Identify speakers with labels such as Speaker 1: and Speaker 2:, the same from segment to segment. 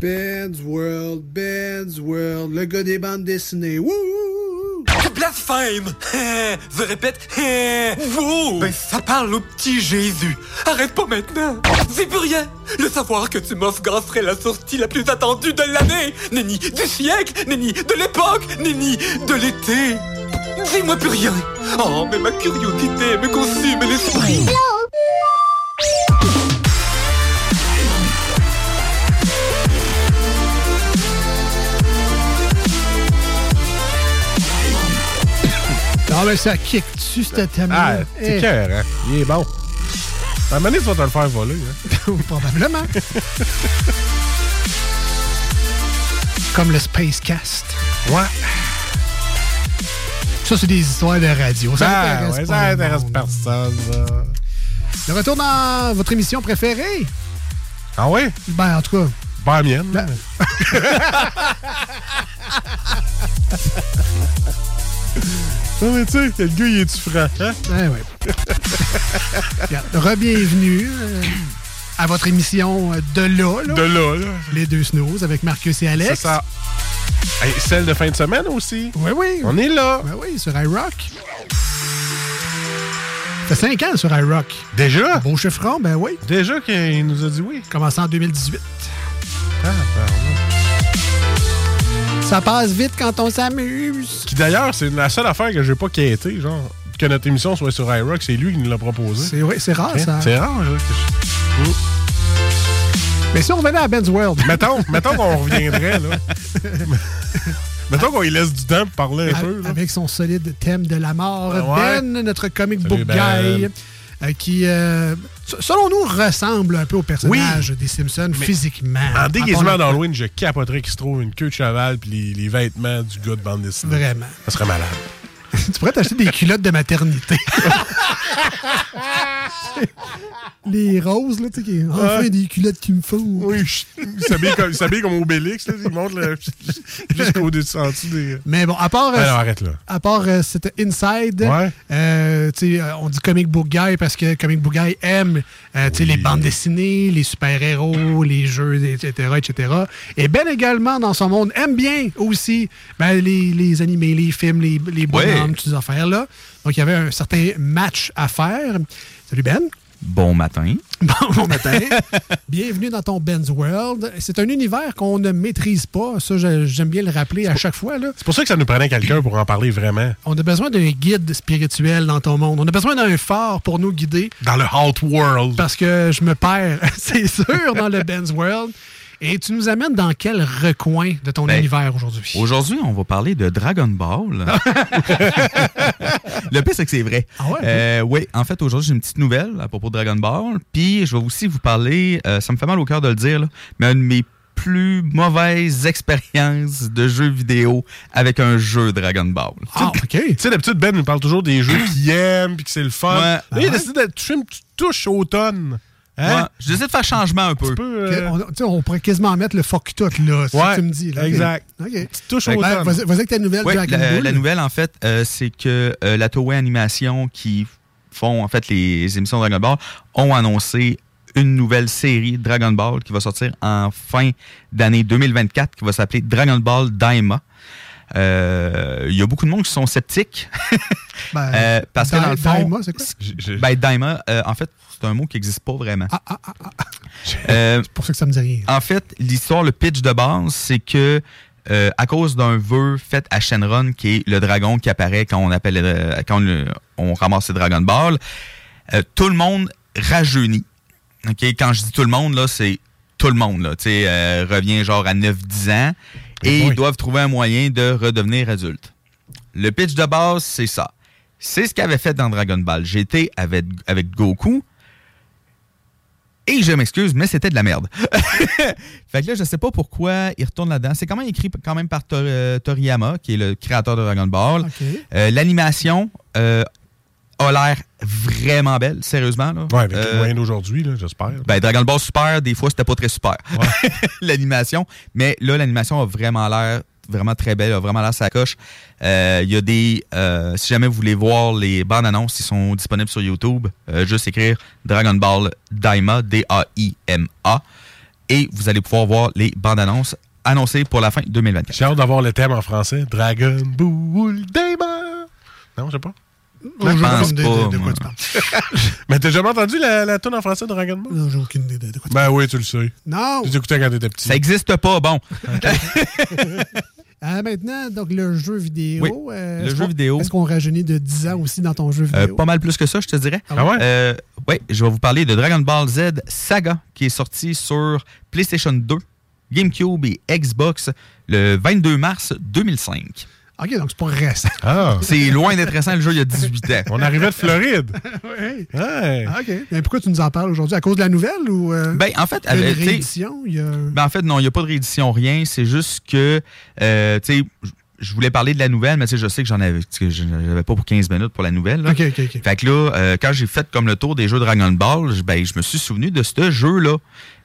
Speaker 1: Ben's World, Ben's World, le gars des bandes dessinées. Wouhou!
Speaker 2: Blasphème! Je répète, wow! Ben, ça parle au petit Jésus. Arrête pas maintenant! C'est plus rien! Le savoir que tu m'offres serait la sortie la plus attendue de l'année! Nenni du siècle! Nenni de l'époque! Nenni de l'été! Dis-moi plus rien! Oh, mais ma curiosité me consume l'esprit!
Speaker 3: Non, Ah, mais ça kick dessus, cette
Speaker 4: Ah,
Speaker 3: thème-là.
Speaker 4: c'est
Speaker 3: Eh,
Speaker 4: cœur, hein? Il est bon. À un moment donné, tu vas te le faire voler. Hein?
Speaker 3: Probablement. Comme le Spacecast.
Speaker 4: Ouais.
Speaker 3: Ça, c'est des histoires de radio. Ça
Speaker 4: Ah,
Speaker 3: intéresse
Speaker 4: ouais,
Speaker 3: pas
Speaker 4: ça
Speaker 3: le
Speaker 4: intéresse
Speaker 3: monde.
Speaker 4: personne, ça.
Speaker 3: Le retour dans votre émission préférée.
Speaker 4: Ah ouais?
Speaker 3: Ben, en tout cas,
Speaker 4: Pas la mienne.
Speaker 3: Ben-
Speaker 4: Non, mais tu sais, le gars, il est-tu franc, hein?
Speaker 3: ben ouais. Regarde, Re-bienvenue euh, à votre émission euh, de là, là.
Speaker 4: De là, là.
Speaker 3: Les deux snooze avec Marcus et
Speaker 4: C'est
Speaker 3: Alex.
Speaker 4: ça. Hey, celle de fin de semaine aussi.
Speaker 3: Oui, oui.
Speaker 4: On est là.
Speaker 3: Ben oui, sur iRock. Ça fait cinq ans sur iRock.
Speaker 4: Déjà?
Speaker 3: Bon chiffron, ben oui.
Speaker 4: Déjà qu'il nous a dit oui.
Speaker 3: Commencé en 2018.
Speaker 4: Ah, pardon.
Speaker 3: Ça passe vite quand on s'amuse.
Speaker 4: Qui d'ailleurs, c'est la seule affaire que j'ai pas quêté, genre, que notre émission soit sur iRock, c'est lui qui nous l'a proposé.
Speaker 3: C'est oui, c'est rare, ça.
Speaker 4: C'est rare, là. que je- Mm.
Speaker 3: Mais si on revenait à Ben's World,
Speaker 4: Mettons, mettons qu'on reviendrait, là. mettons qu'on lui laisse du temps pour parler un peu,
Speaker 3: a-
Speaker 4: là.
Speaker 3: avec son solide thème de la mort,
Speaker 4: Ah ouais.
Speaker 3: Ben, notre comic
Speaker 4: Salut,
Speaker 3: book
Speaker 4: Ben.
Speaker 3: guy, euh, qui, euh, s- selon nous, ressemble un peu au personnage des Simpsons physiquement.
Speaker 4: En déguisement
Speaker 3: À part-
Speaker 4: d'Halloween, je capoterais qu'il se trouve une queue de cheval puis les, les vêtements du gars de bande dessinée.
Speaker 3: Vraiment.
Speaker 4: Ça serait malade.
Speaker 3: tu pourrais t'acheter des culottes de maternité. Les roses, là, tu sais, qui- enfin des culottes qui me font.
Speaker 4: Ah. Oui, il s'habille comme, il s'habille comme Obélix, là, il monte le- jusqu'au dessus en dessous des.
Speaker 3: Mais bon, à part. euh,
Speaker 4: Alors Ben arrête là.
Speaker 3: à part euh, cette Inside,
Speaker 4: Ouais.
Speaker 3: euh, tu sais, euh, on dit Comic Book Guy parce que Comic Book Guy aime euh, tu sais, les bandes dessinées, les super-héros, les jeux, etc., etc. Et Ben également, dans son monde, aime bien aussi ben, les, les animés, les films, les, les bonhommes, toutes ces affaires-là. Donc, il y avait un certain match à faire. Salut Ben.
Speaker 5: Bon matin.
Speaker 3: Bon, bon matin. Bienvenue dans ton Ben's World. C'est un univers qu'on ne maîtrise pas. Ça, je- j'aime bien le rappeler à chaque fois. Là.
Speaker 4: C'est pour ça que ça nous prenait quelqu'un pour en parler vraiment.
Speaker 3: On a besoin d'un guide spirituel dans ton monde. On a besoin d'un phare pour nous guider
Speaker 4: Dans le Hot World.
Speaker 3: parce que je me perds, c'est sûr, dans le Ben's World. Et tu nous amènes dans quel recoin de ton
Speaker 5: Ben,
Speaker 3: univers aujourd'hui?
Speaker 5: Aujourd'hui, on va parler de Dragon Ball. le pire, c'est que c'est vrai.
Speaker 3: Ah ouais?
Speaker 5: Euh, oui, en fait, aujourd'hui, j'ai une petite nouvelle à propos de Dragon Ball. Puis, je vais aussi vous parler, euh, ça me fait mal au cœur de le dire, là, mais une de mes plus mauvaises expériences de jeux vidéo avec un jeu Dragon Ball.
Speaker 3: Ah, OK.
Speaker 4: Tu sais, d'habitude, Ben nous parle toujours des jeux qu'il aime puis que c'est le fun.
Speaker 5: Ouais.
Speaker 4: Là, il a décidé de toucher une petite touche automne. Hein?
Speaker 5: Ouais, je décide de faire changement un peu.
Speaker 4: Un peu,
Speaker 3: Ok,
Speaker 4: euh,
Speaker 3: On, tu sais, on pourrait quasiment mettre le fuck tout, là, c'est ce
Speaker 4: Ouais,
Speaker 3: que tu me dis. là. OK.
Speaker 4: exact.
Speaker 3: OK.
Speaker 4: Petite touche
Speaker 3: Ben,
Speaker 4: automne.
Speaker 3: vas-y, vas-y avec ta nouvelle,
Speaker 5: Ouais,
Speaker 3: Dragon
Speaker 5: la,
Speaker 3: Ball.
Speaker 5: la nouvelle, en fait, euh, c'est que euh, la Toei Animation, qui font en fait les émissions de Dragon Ball, ont annoncé une nouvelle série Dragon Ball qui va sortir en fin d'année 2024, qui va s'appeler Dragon Ball Daima. Euh, Il y a beaucoup de monde qui sont sceptiques.
Speaker 3: Ben,
Speaker 5: euh, parce que dans le fond-
Speaker 3: Daima, c'est quoi?
Speaker 4: J- j-
Speaker 5: Ben, Daima, euh, en fait, c'est un mot qui n'existe pas vraiment.
Speaker 3: Ah, ah, ah, ah,
Speaker 5: Euh,
Speaker 3: c'est pour ça que ça me dit rien.
Speaker 5: en fait, l'histoire, le pitch de base, c'est que euh, à cause d'un vœu fait à Shenron, qui est le dragon qui apparaît quand on appelle euh, quand on, on ramasse les Dragon Ball, euh, tout le monde rajeunit. Ok, Quand je dis tout le monde, là, c'est tout le monde. Là, Tu sais, euh, revient genre à 9-10 ans et
Speaker 4: Oui.
Speaker 5: ils doivent trouver un moyen de redevenir adulte. Le pitch de base, c'est ça. C'est ce qu'avait fait dans Dragon Ball GT avec, avec Goku. Et je m'excuse, mais c'était de la merde. fait que là, je sais pas pourquoi il retourne là-dedans. C'est quand même écrit p- quand même par Tor- euh, Toriyama, qui est le créateur de Dragon Ball.
Speaker 3: OK.
Speaker 5: Euh, L'animation euh, a l'air vraiment belle, sérieusement. Là.
Speaker 4: Ouais, avec les
Speaker 5: Euh,
Speaker 4: moyens d'aujourd'hui, là, j'espère.
Speaker 5: ben, Dragon Ball Super, des fois, c'était pas très super.
Speaker 4: Ouais.
Speaker 5: l'animation. Mais là, l'animation a vraiment l'air vraiment très belle, a vraiment l'air sa coche. Euh, Il y a des... euh, si jamais vous voulez voir les bandes annonces, ils sont disponibles sur YouTube. Euh, juste écrire Dragon Ball Daima, D-A-I-M-A. Et vous allez pouvoir voir les bandes annonces annoncées pour la fin 2024.
Speaker 4: J'ai hâte d'avoir le thème en français. Dragon Ball Daima. Non, je sais pas.
Speaker 3: J'ai
Speaker 5: pense
Speaker 3: aucune idée de,
Speaker 5: pas,
Speaker 3: de quoi
Speaker 5: moi.
Speaker 3: tu parles.
Speaker 4: Mais t'as jamais entendu la, la tune en français de Dragon Ball?
Speaker 3: Non, J'ai aucune idée de, de quoi tu
Speaker 4: Ben oui, tu le sais.
Speaker 3: parles. Non!
Speaker 4: Tu écoutais quand t'étais petit.
Speaker 5: Ça existe pas, bon.
Speaker 3: Ah, maintenant, donc le jeu vidéo.
Speaker 5: Oui,
Speaker 3: euh,
Speaker 5: le
Speaker 3: est-ce
Speaker 5: jeu
Speaker 3: qu'on-
Speaker 5: vidéo.
Speaker 3: Est-ce qu'on rajeunit de 10 ans aussi dans ton jeu
Speaker 5: Euh,
Speaker 3: vidéo?
Speaker 5: pas mal plus que ça, je te dirais.
Speaker 4: Ah ouais?
Speaker 5: Euh, ouais, je vais vous parler de Dragon Ball Z Saga qui est sorti sur PlayStation 2, GameCube et Xbox le 22 mars 2005.
Speaker 3: Ok, donc c'est pas récent.
Speaker 4: Ah,
Speaker 5: C'est loin d'être récent, le jeu il y a 18 ans.
Speaker 4: on arrivait de Floride.
Speaker 3: oui. Ah,
Speaker 4: Hey.
Speaker 3: Ok. Mais pourquoi tu nous en parles aujourd'hui? À cause de la nouvelle ou. euh,
Speaker 5: Ben, en fait,
Speaker 3: il y a
Speaker 5: euh,
Speaker 3: une
Speaker 5: tu sais,
Speaker 3: réédition? Il y a.
Speaker 5: Ben, en fait, non, il n'y a pas de réédition, rien. C'est juste que, euh, tu sais, j- je voulais parler de la nouvelle, mais tu sais, je sais que j'en avais, que je- j'avais pas pour 15 minutes pour la nouvelle. là.
Speaker 3: Ok, ok, ok.
Speaker 5: Fait que là, euh, quand j'ai fait comme le tour des jeux Dragon Ball, je- ben, je me suis souvenu de ce jeu-là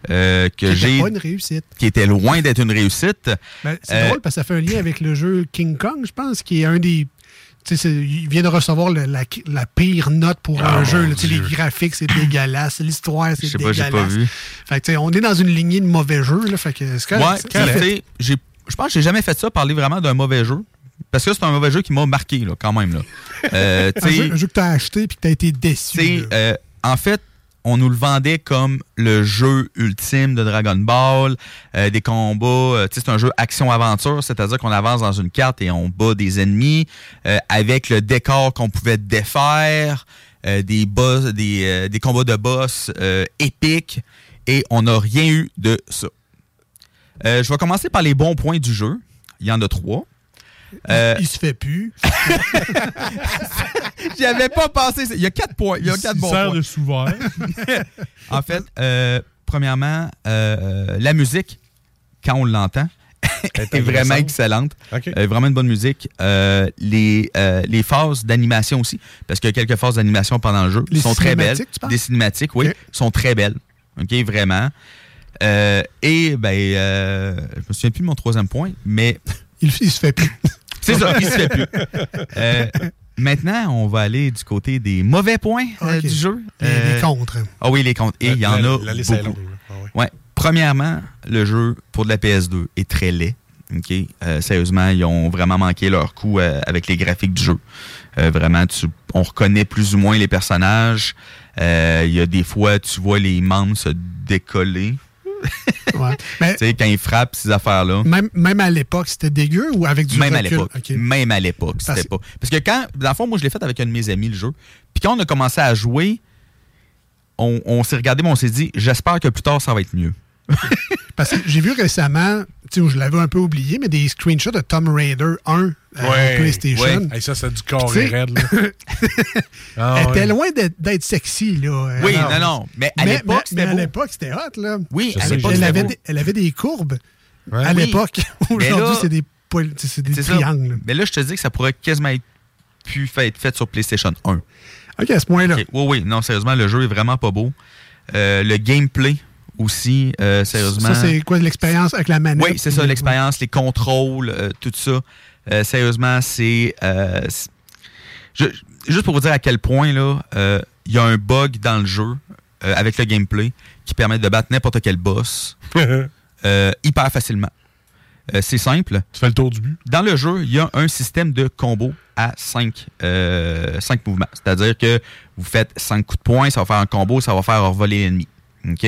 Speaker 5: euh, que
Speaker 3: C'était
Speaker 5: j'ai,
Speaker 3: pas une réussite.
Speaker 5: qui était loin d'être une réussite.
Speaker 3: Ben, c'est
Speaker 5: Euh,
Speaker 3: drôle parce que ça fait un lien avec le jeu King Kong, je pense, qui est un des. Tu sais, c'est- il vient de recevoir le- la, la pire note pour un jeu. là. Tu sais, les graphiques, c'est dégueulasse. L'histoire, c'est
Speaker 5: Ah, Je sais pas,
Speaker 3: dégueulasse.
Speaker 5: j'ai pas vu.
Speaker 3: Fait que, tu sais, on est dans une lignée de mauvais jeux. Là, fait que c'est
Speaker 5: Ouais,
Speaker 3: correct.
Speaker 5: tu sais, j'ai- je pense que j'ai jamais fait ça, parler vraiment d'un mauvais jeu. Parce que c'est un mauvais jeu qui m'a marqué, là, quand même. Là. Euh, tu
Speaker 3: un,
Speaker 5: sais,
Speaker 3: jeu, un jeu que t'as acheté puis que t'as été
Speaker 5: tu sais,
Speaker 3: déçu. là.
Speaker 5: euh, en fait, on nous le vendait comme le jeu ultime de Dragon Ball, euh, des combats. euh, tu sais, c'est un jeu action-aventure, c'est-à-dire qu'on avance dans une carte et on bat des ennemis euh, avec le décor qu'on pouvait défaire, euh, des boss, des, euh, des combats de boss euh, épiques, et on n'a rien eu de ça. Euh, je vais commencer par les bons points du jeu. Il y en a trois. Euh,
Speaker 3: il se fait plus.
Speaker 5: J'y avais pas pensé. Il y a quatre points. Il y a quatre
Speaker 4: Il
Speaker 5: bons
Speaker 4: sert
Speaker 5: points.
Speaker 4: de souverain.
Speaker 5: En fait, euh, premièrement, euh, euh, la musique, quand on l'entend, est vraiment
Speaker 4: agressante.
Speaker 5: excellente.
Speaker 4: OK.
Speaker 5: Euh, vraiment une bonne musique. Euh, les, euh, les phases d'animation aussi, parce qu'il y a quelques phases d'animation pendant le jeu
Speaker 3: Les
Speaker 5: sont très belles.
Speaker 3: cinématiques, tu parles?
Speaker 5: Des cinématiques, oui,
Speaker 3: OK.
Speaker 5: sont très belles. OK, vraiment. Euh, et, ben, euh, je me souviens plus de mon troisième point, mais
Speaker 3: Il, il se fait plus.
Speaker 5: c'est ça, il se fait plus. Euh, maintenant, on va aller du côté des mauvais points euh,
Speaker 3: Ok.
Speaker 5: du jeu.
Speaker 3: Les,
Speaker 5: Euh,
Speaker 3: les contres.
Speaker 5: Ah oui, les comptes. Et il y en
Speaker 4: La-
Speaker 5: a
Speaker 4: la liste est
Speaker 5: beaucoup.
Speaker 4: longue, là. Ah ouais.
Speaker 5: Ouais. Premièrement, le jeu pour de la PS2 est très laid. OK? Euh, sérieusement, ils ont vraiment manqué leur coup euh, avec les graphiques du jeu. Euh, vraiment, tu, on reconnaît plus ou moins les personnages. Euh, Il y a des fois, tu vois les membres se décoller.
Speaker 3: Ouais. Mais
Speaker 5: Tu sais, quand ils frappent ces affaires-là.
Speaker 3: même, même à l'époque, c'était dégueu ou avec du
Speaker 5: Même à
Speaker 3: recul?
Speaker 5: l'époque.
Speaker 3: Ok.
Speaker 5: Même à l'époque.
Speaker 3: Parce-
Speaker 5: C'était pas. Parce que quand, dans le fond, moi, je l'ai fait avec un de mes amis, le jeu. Puis quand on a commencé à jouer, on, on s'est regardé, mais on s'est dit, j'espère que plus tard, ça va être mieux.
Speaker 3: Parce que j'ai vu récemment, tu sais, je l'avais un peu oublié, mais des screenshots de Tomb Raider 1 euh,
Speaker 4: Ouais,
Speaker 3: PlayStation.
Speaker 5: ouais.
Speaker 4: Hey, ça, c'est du corps
Speaker 3: Tu sais-
Speaker 4: raide. là. Ah
Speaker 3: Elle était
Speaker 4: ouais.
Speaker 3: loin d'être d'être sexy, là. Euh,
Speaker 5: Oui, non, non. Mais à
Speaker 3: mais-
Speaker 5: l'époque,
Speaker 3: mais- mais
Speaker 5: c'était
Speaker 3: à
Speaker 5: beau.
Speaker 3: l'époque, c'était hot, là.
Speaker 5: Oui,
Speaker 4: Je
Speaker 5: à
Speaker 4: sais,
Speaker 5: l'époque,
Speaker 4: je
Speaker 3: elle,
Speaker 5: c'était
Speaker 3: avait
Speaker 5: beau.
Speaker 3: des, elle avait des courbes
Speaker 4: Ouais.
Speaker 3: à
Speaker 5: Oui.
Speaker 3: l'époque.
Speaker 5: Mais
Speaker 3: Aujourd'hui,
Speaker 5: là-
Speaker 3: c'est des, poil- tu sais, c'est des
Speaker 5: C'est ça.
Speaker 3: triangles.
Speaker 5: Mais là, je te dis que ça pourrait quasiment être pu fa- être fait sur PlayStation 1.
Speaker 3: OK, à ce point-là.
Speaker 5: Ok. Oui, oui, non, sérieusement, le jeu est vraiment pas beau. Euh, le gameplay aussi, euh, sérieusement.
Speaker 3: Ça, c'est quoi l'expérience avec la manette?
Speaker 5: Oui, c'est ça,
Speaker 3: puis-
Speaker 5: l'expérience, les contrôles, euh, tout ça. Euh, sérieusement, c'est. euh, c'est- je- juste pour vous dire à quel point, là, euh, il y a un bug dans le jeu euh, avec le gameplay qui permet de battre n'importe quel boss euh, hyper facilement. Euh, c'est simple.
Speaker 4: tu fais le tour du but.
Speaker 5: Dans le jeu, il y a un système de combo à 5 mouvements. C'est-à-dire que vous faites 5 coups de poing, ça va faire un combo, ça va faire revoler l'ennemi. OK?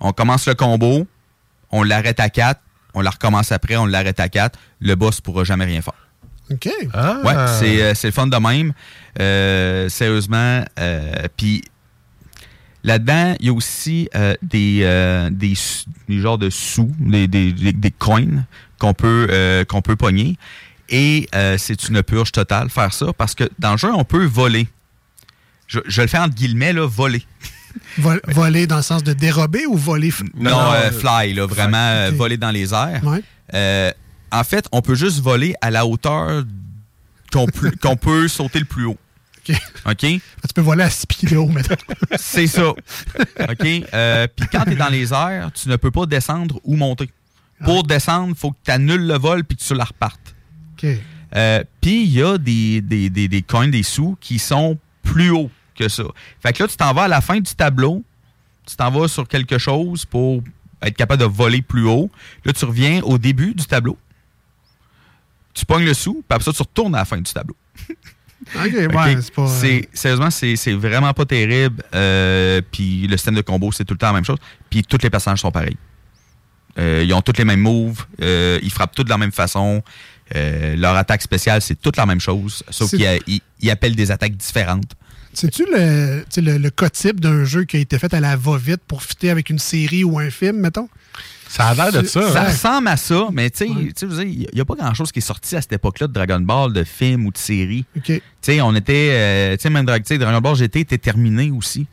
Speaker 5: On commence le combo, on l'arrête à 4, on la recommence après, on l'arrête à 4. Le boss pourra jamais rien faire.
Speaker 3: OK.
Speaker 4: Ah.
Speaker 5: Ouais, c'est euh, c'est le fun de même. Euh, sérieusement. euh, Puis là-dedans, il y a aussi euh, des, euh, des, sous- des genres de sous, des, des, des, des coins qu'on peut, euh, qu'on peut pogner. Et euh, c'est une purge totale faire ça parce que dans le jeu, on peut voler. Je, je le fais entre guillemets, là, voler.
Speaker 3: Vol- voler dans le sens de dérober ou voler. f- Ah,
Speaker 5: Non, euh, fly, là, vraiment euh,
Speaker 3: Ok.
Speaker 5: voler dans les airs.
Speaker 3: Ouais.
Speaker 5: Euh, en fait, on peut juste voler à la hauteur qu'on peut- qu'on peut sauter le plus haut.
Speaker 3: OK. Ah,
Speaker 5: OK?
Speaker 3: Tu peux voler à 6 pieds de haut, mettons.
Speaker 5: C'est ça. OK? Euh, Puis quand tu es dans les airs, tu ne peux pas descendre ou monter. Pour descendre, il faut que tu annules le vol puis que tu la repartes.
Speaker 3: OK.
Speaker 5: Euh, Puis il y a des, des, des, des coins, des sous qui sont plus hauts que ça. Fait que là, tu t'en vas à la fin du tableau, tu t'en vas sur quelque chose pour être capable de voler plus haut. Là, tu reviens au début du tableau. Tu pognes le sou, puis après ça, tu retournes à la fin du tableau.
Speaker 3: OK, ouais,
Speaker 5: Ok.
Speaker 3: c'est pas. euh,
Speaker 5: C'est- Sérieusement, c'est c'est vraiment pas terrible. Euh, puis le système de combo, c'est tout le temps la même chose. Puis tous les personnages sont pareils. Euh, ils ont tous les mêmes moves. Euh, ils frappent tous de la même façon. Euh, leur attaque spéciale, c'est toute la même chose. Sauf
Speaker 3: C'est-
Speaker 5: qu'ils a- ils- ils appellent des attaques différentes.
Speaker 3: C'est-tu le, tu sais, le, le co-type d'un jeu qui a été fait à la va-vite pour fitter avec une série ou un film, mettons?
Speaker 4: Ça a l'air de ça.
Speaker 5: Ça
Speaker 4: hein?
Speaker 5: ressemble à ça, mais tu sais, tu sais, je veux dire, il n'y a pas grand-chose qui est sorti à cette époque-là de Dragon Ball, de film ou de série.
Speaker 3: OK.
Speaker 5: Tu sais, on était. euh, tu sais, même Dra- tu sais, Dragon Ball GT était terminé aussi.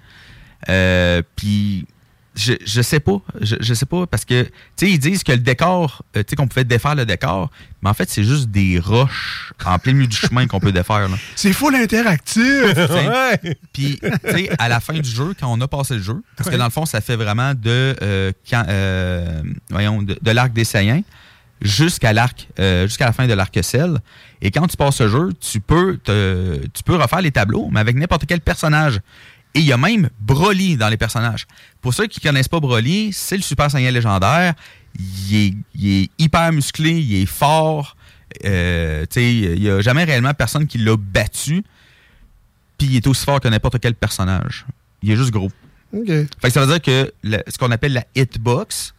Speaker 5: Euh, Puis, je, je sais pas. Je, je sais pas parce que, tu sais, ils disent que le décor, euh, tu sais, qu'on pouvait défaire le décor, mais en fait, c'est juste des roches en plein milieu du chemin qu'on peut défaire. là.
Speaker 3: C'est full interactif!
Speaker 5: Tu sais,
Speaker 4: Ouais.
Speaker 5: Puis, tu sais, à la fin du jeu, quand on a passé le jeu, parce que dans le fond, ça fait vraiment de, euh, quand- euh, voyons, de, de l'arc des Saiyans jusqu'à l'arc, euh, jusqu'à la fin de l'arc sel. Et quand tu passes le jeu, tu peux, te- tu peux refaire les tableaux, mais avec n'importe quel personnage. Et il y a même Broly dans les personnages. Pour ceux qui connaissent pas Broly, c'est le Super Saiyan légendaire. Il est, il est hyper musclé, il est fort. Euh, tu sais, il n'y a jamais réellement personne qui l'a battu puis il est aussi fort que n'importe quel personnage. Il est juste gros.
Speaker 3: OK.
Speaker 5: Fait que ça veut dire que le- ce qu'on appelle la hitbox,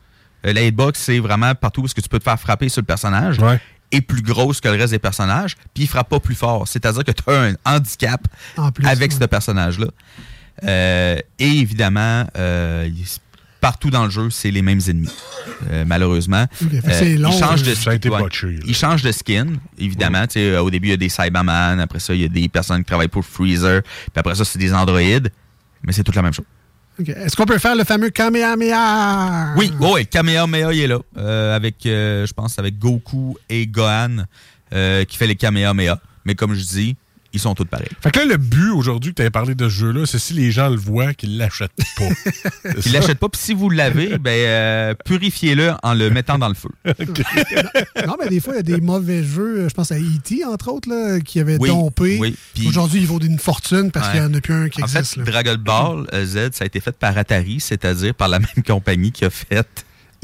Speaker 5: euh, la hitbox, c'est vraiment partout où est-ce que tu peux te faire frapper sur le personnage,
Speaker 4: Ouais.
Speaker 5: est plus grosse que le reste des personnages, puis il frappe pas plus fort. C'est-à-dire que tu as un handicap
Speaker 3: En plus,
Speaker 5: avec
Speaker 3: ouais.
Speaker 5: ce personnage-là. Euh, et évidemment, euh, il- partout dans le jeu, c'est les mêmes ennemis, euh, malheureusement.
Speaker 3: Ok, fait que c'est long, euh,
Speaker 5: ils changent de,
Speaker 4: ça a été
Speaker 5: ouais.
Speaker 4: botché, là.
Speaker 5: Ils change de skin, évidemment. Tu sais, euh, au début, il y a des Cyberman. Après ça, il y a des personnes qui travaillent pour Freezer. Puis après ça, c'est des androïdes. Mais c'est toute la même chose.
Speaker 3: OK. Est-ce qu'on peut faire le fameux Kamehameha?
Speaker 5: Oui, oh, ouais, Kamehameha, il est là. Euh, avec, euh, je pense, avec Goku et Gohan euh, qui fait les Kamehameha. Mais comme je dis, ils sont tous pareils.
Speaker 4: Fait que là, le but aujourd'hui que tu avais parlé de ce jeu-là, c'est si les gens le voient, qu'ils l'achètent pas. C'est
Speaker 5: Ils
Speaker 4: ça?
Speaker 5: l'achètent pas. Puis si vous l'avez, ben, euh, purifiez-le en le mettant dans le feu.
Speaker 3: Non, mais des fois, il y a des mauvais jeux. euh, Je pense à E.T., entre autres, là, qui avait
Speaker 5: Oui,
Speaker 3: dompé.
Speaker 5: oui, puis-
Speaker 3: Aujourd'hui, il vaut d'une fortune parce
Speaker 5: Ouais.
Speaker 3: qu'il n'y en a plus un qui
Speaker 5: En
Speaker 3: existe.
Speaker 5: fait,
Speaker 3: là.
Speaker 5: Dragon Ball euh, Z, ça a été fait par Atari, c'est-à-dire par la même compagnie qui a fait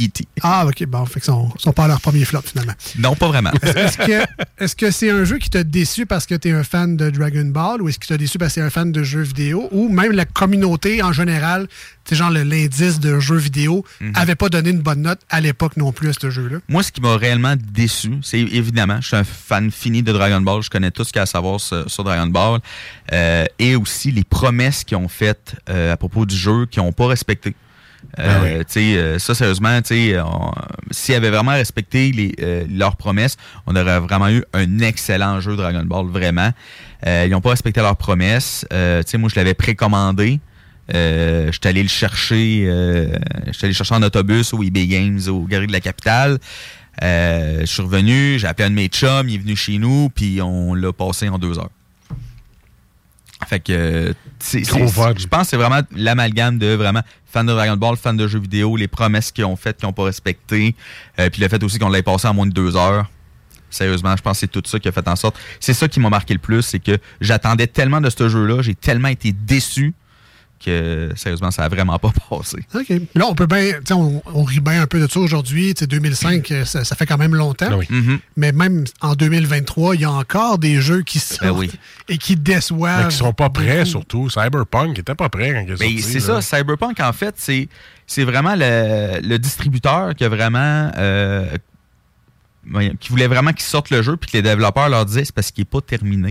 Speaker 5: E.T.
Speaker 3: Ah, OK, bon, fait que sont, sont pas à leur premier flop, finalement.
Speaker 5: Non, pas vraiment.
Speaker 3: Est-ce que est-ce que c'est un jeu qui t'a déçu parce que t'es un fan de Dragon Ball ou est-ce que t'a déçu parce que t'es un fan de jeux vidéo ou même la communauté en général, c'est genre le- l'indice de jeux vidéo,
Speaker 5: Mhm.
Speaker 3: avait pas donné une bonne note à l'époque non plus à ce jeu-là?
Speaker 5: Moi, ce qui m'a réellement déçu, c'est évidemment, je suis un fan fini de Dragon Ball. Je connais tout ce qu'il y a à savoir sur, sur Dragon Ball. Euh, et aussi les promesses qu'ils ont faites euh, à propos du jeu qu'ils n'ont pas respectées. Euh, tu sais, euh, ça, sérieusement, tu sais, on- s'ils avaient vraiment respecté les, euh, leurs promesses, on aurait vraiment eu un excellent jeu Dragon Ball, vraiment. Euh, ils n'ont pas respecté leurs promesses. Euh, tu sais, moi, je l'avais précommandé. Euh, j'étais allé le chercher, euh, j'étais allé le chercher en autobus au eBay Games au Galerie de la Capitale. Euh, je suis revenu, j'ai appelé un de mes chums, il est venu chez nous, puis on l'a passé en deux heures. Fait que euh, c'est-
Speaker 4: Gros
Speaker 5: c'est-
Speaker 4: fun.
Speaker 5: je pense que c'est vraiment l'amalgame de vraiment fan de Dragon Ball, fan de jeux vidéo, les promesses qu'ils ont faites, qu'ils n'ont pas respectées, euh, puis le fait aussi qu'on l'ait passé en moins de deux heures. Sérieusement, je pense que c'est tout ça qui a fait en sorte. C'est ça qui m'a marqué le plus, c'est que j'attendais tellement de ce jeu-là, j'ai tellement été déçu que sérieusement, ça a vraiment pas passé.
Speaker 3: OK. Là, on peut bien, tu sais, on, on rit bien un peu de ça aujourd'hui. Tu sais, 2005,
Speaker 5: Mhm.
Speaker 3: euh, ça, ça fait quand même longtemps.
Speaker 4: Ah
Speaker 5: Ben
Speaker 4: oui.
Speaker 3: Mais même en 2023, il y a encore des jeux qui sortent
Speaker 5: Ben oui.
Speaker 3: et qui déçoivent.
Speaker 4: Mais qui sont pas prêts, surtout. Cyberpunk était pas prêt quand il est
Speaker 5: Mais
Speaker 4: sorti.
Speaker 5: c'est
Speaker 4: là.
Speaker 5: ça, Cyberpunk, en fait, c'est, c'est vraiment le, le distributeur qui a vraiment. euh, voyons, qui voulait vraiment qu'ils sortent le jeu, puis que les développeurs leur disaient c'est parce qu'il n'est pas terminé.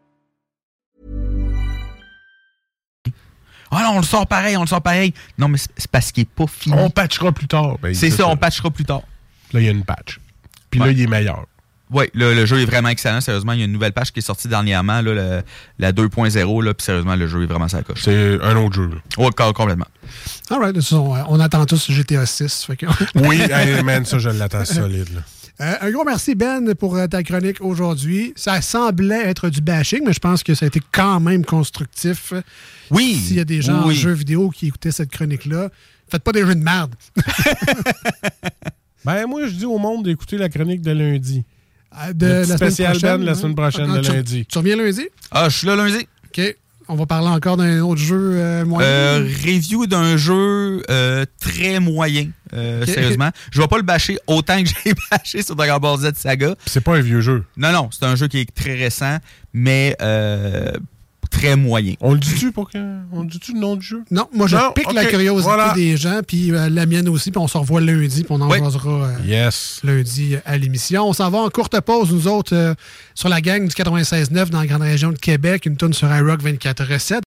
Speaker 5: Ah non, on le sort pareil, on le sort pareil. Non, mais c'est, c'est parce qu'il n'est pas fini.
Speaker 4: On patchera plus tard. Ben,
Speaker 5: c'est ça, on patchera plus tard.
Speaker 4: Là, il y a une patch. Puis là,
Speaker 5: Ouais.
Speaker 4: il est meilleur.
Speaker 5: Oui, le, le jeu est vraiment excellent. Sérieusement, il y a une nouvelle patch qui est sortie dernièrement, là, le- la 2.0, là, puis sérieusement, le jeu est vraiment sa coche.
Speaker 4: C'est un autre jeu. là.
Speaker 5: Ouais, co- complètement.
Speaker 3: All right, de toute façon, euh, on attend tous GTA 6. fait que-
Speaker 4: Oui, hey, man, ça, je l'attends solide. là.
Speaker 3: Euh, un gros merci, Ben, pour euh, ta chronique aujourd'hui. Ça semblait être du bashing, mais je pense que ça a été quand même constructif.
Speaker 5: Oui.
Speaker 3: S'il y a des gens
Speaker 5: Oui.
Speaker 3: en jeux vidéo qui écoutaient cette chronique-là, faites pas des jeux de merde.
Speaker 4: Ben, moi, je dis au monde d'écouter la chronique de lundi.
Speaker 3: Euh, De
Speaker 4: Le petit spécial
Speaker 3: prochaine,
Speaker 4: Ben la
Speaker 3: hein?
Speaker 4: semaine prochaine,
Speaker 3: Ah,
Speaker 4: le
Speaker 3: tu-
Speaker 4: lundi.
Speaker 3: Tu reviens lundi?
Speaker 5: Ah, je suis là lundi.
Speaker 3: OK. On va parler encore d'un autre jeu euh, moyen.
Speaker 5: Euh, review d'un jeu euh, très moyen, euh,
Speaker 3: Ok.
Speaker 5: sérieusement. Je vais pas le bâcher autant que j'ai bâché sur Dragon Ball Z Saga.
Speaker 4: Puis c'est pas un vieux jeu.
Speaker 5: Non, non, c'est un jeu qui est très récent, mais euh, très moyen.
Speaker 4: On le dit-tu pour que. On le dit-tu le nom du jeu?
Speaker 3: Non, moi, je
Speaker 4: Non,
Speaker 3: pique la
Speaker 4: ok,
Speaker 3: curiosité
Speaker 4: voilà.
Speaker 3: des gens, puis euh, la mienne aussi, puis on se revoit lundi, puis on en
Speaker 5: Oui.
Speaker 3: jasera, euh,
Speaker 4: Yes.
Speaker 3: lundi à l'émission. On s'en va en courte pause, nous autres, euh, sur la gang du 96.9 dans la grande région de Québec, une tourne sur iRock 24 recettes.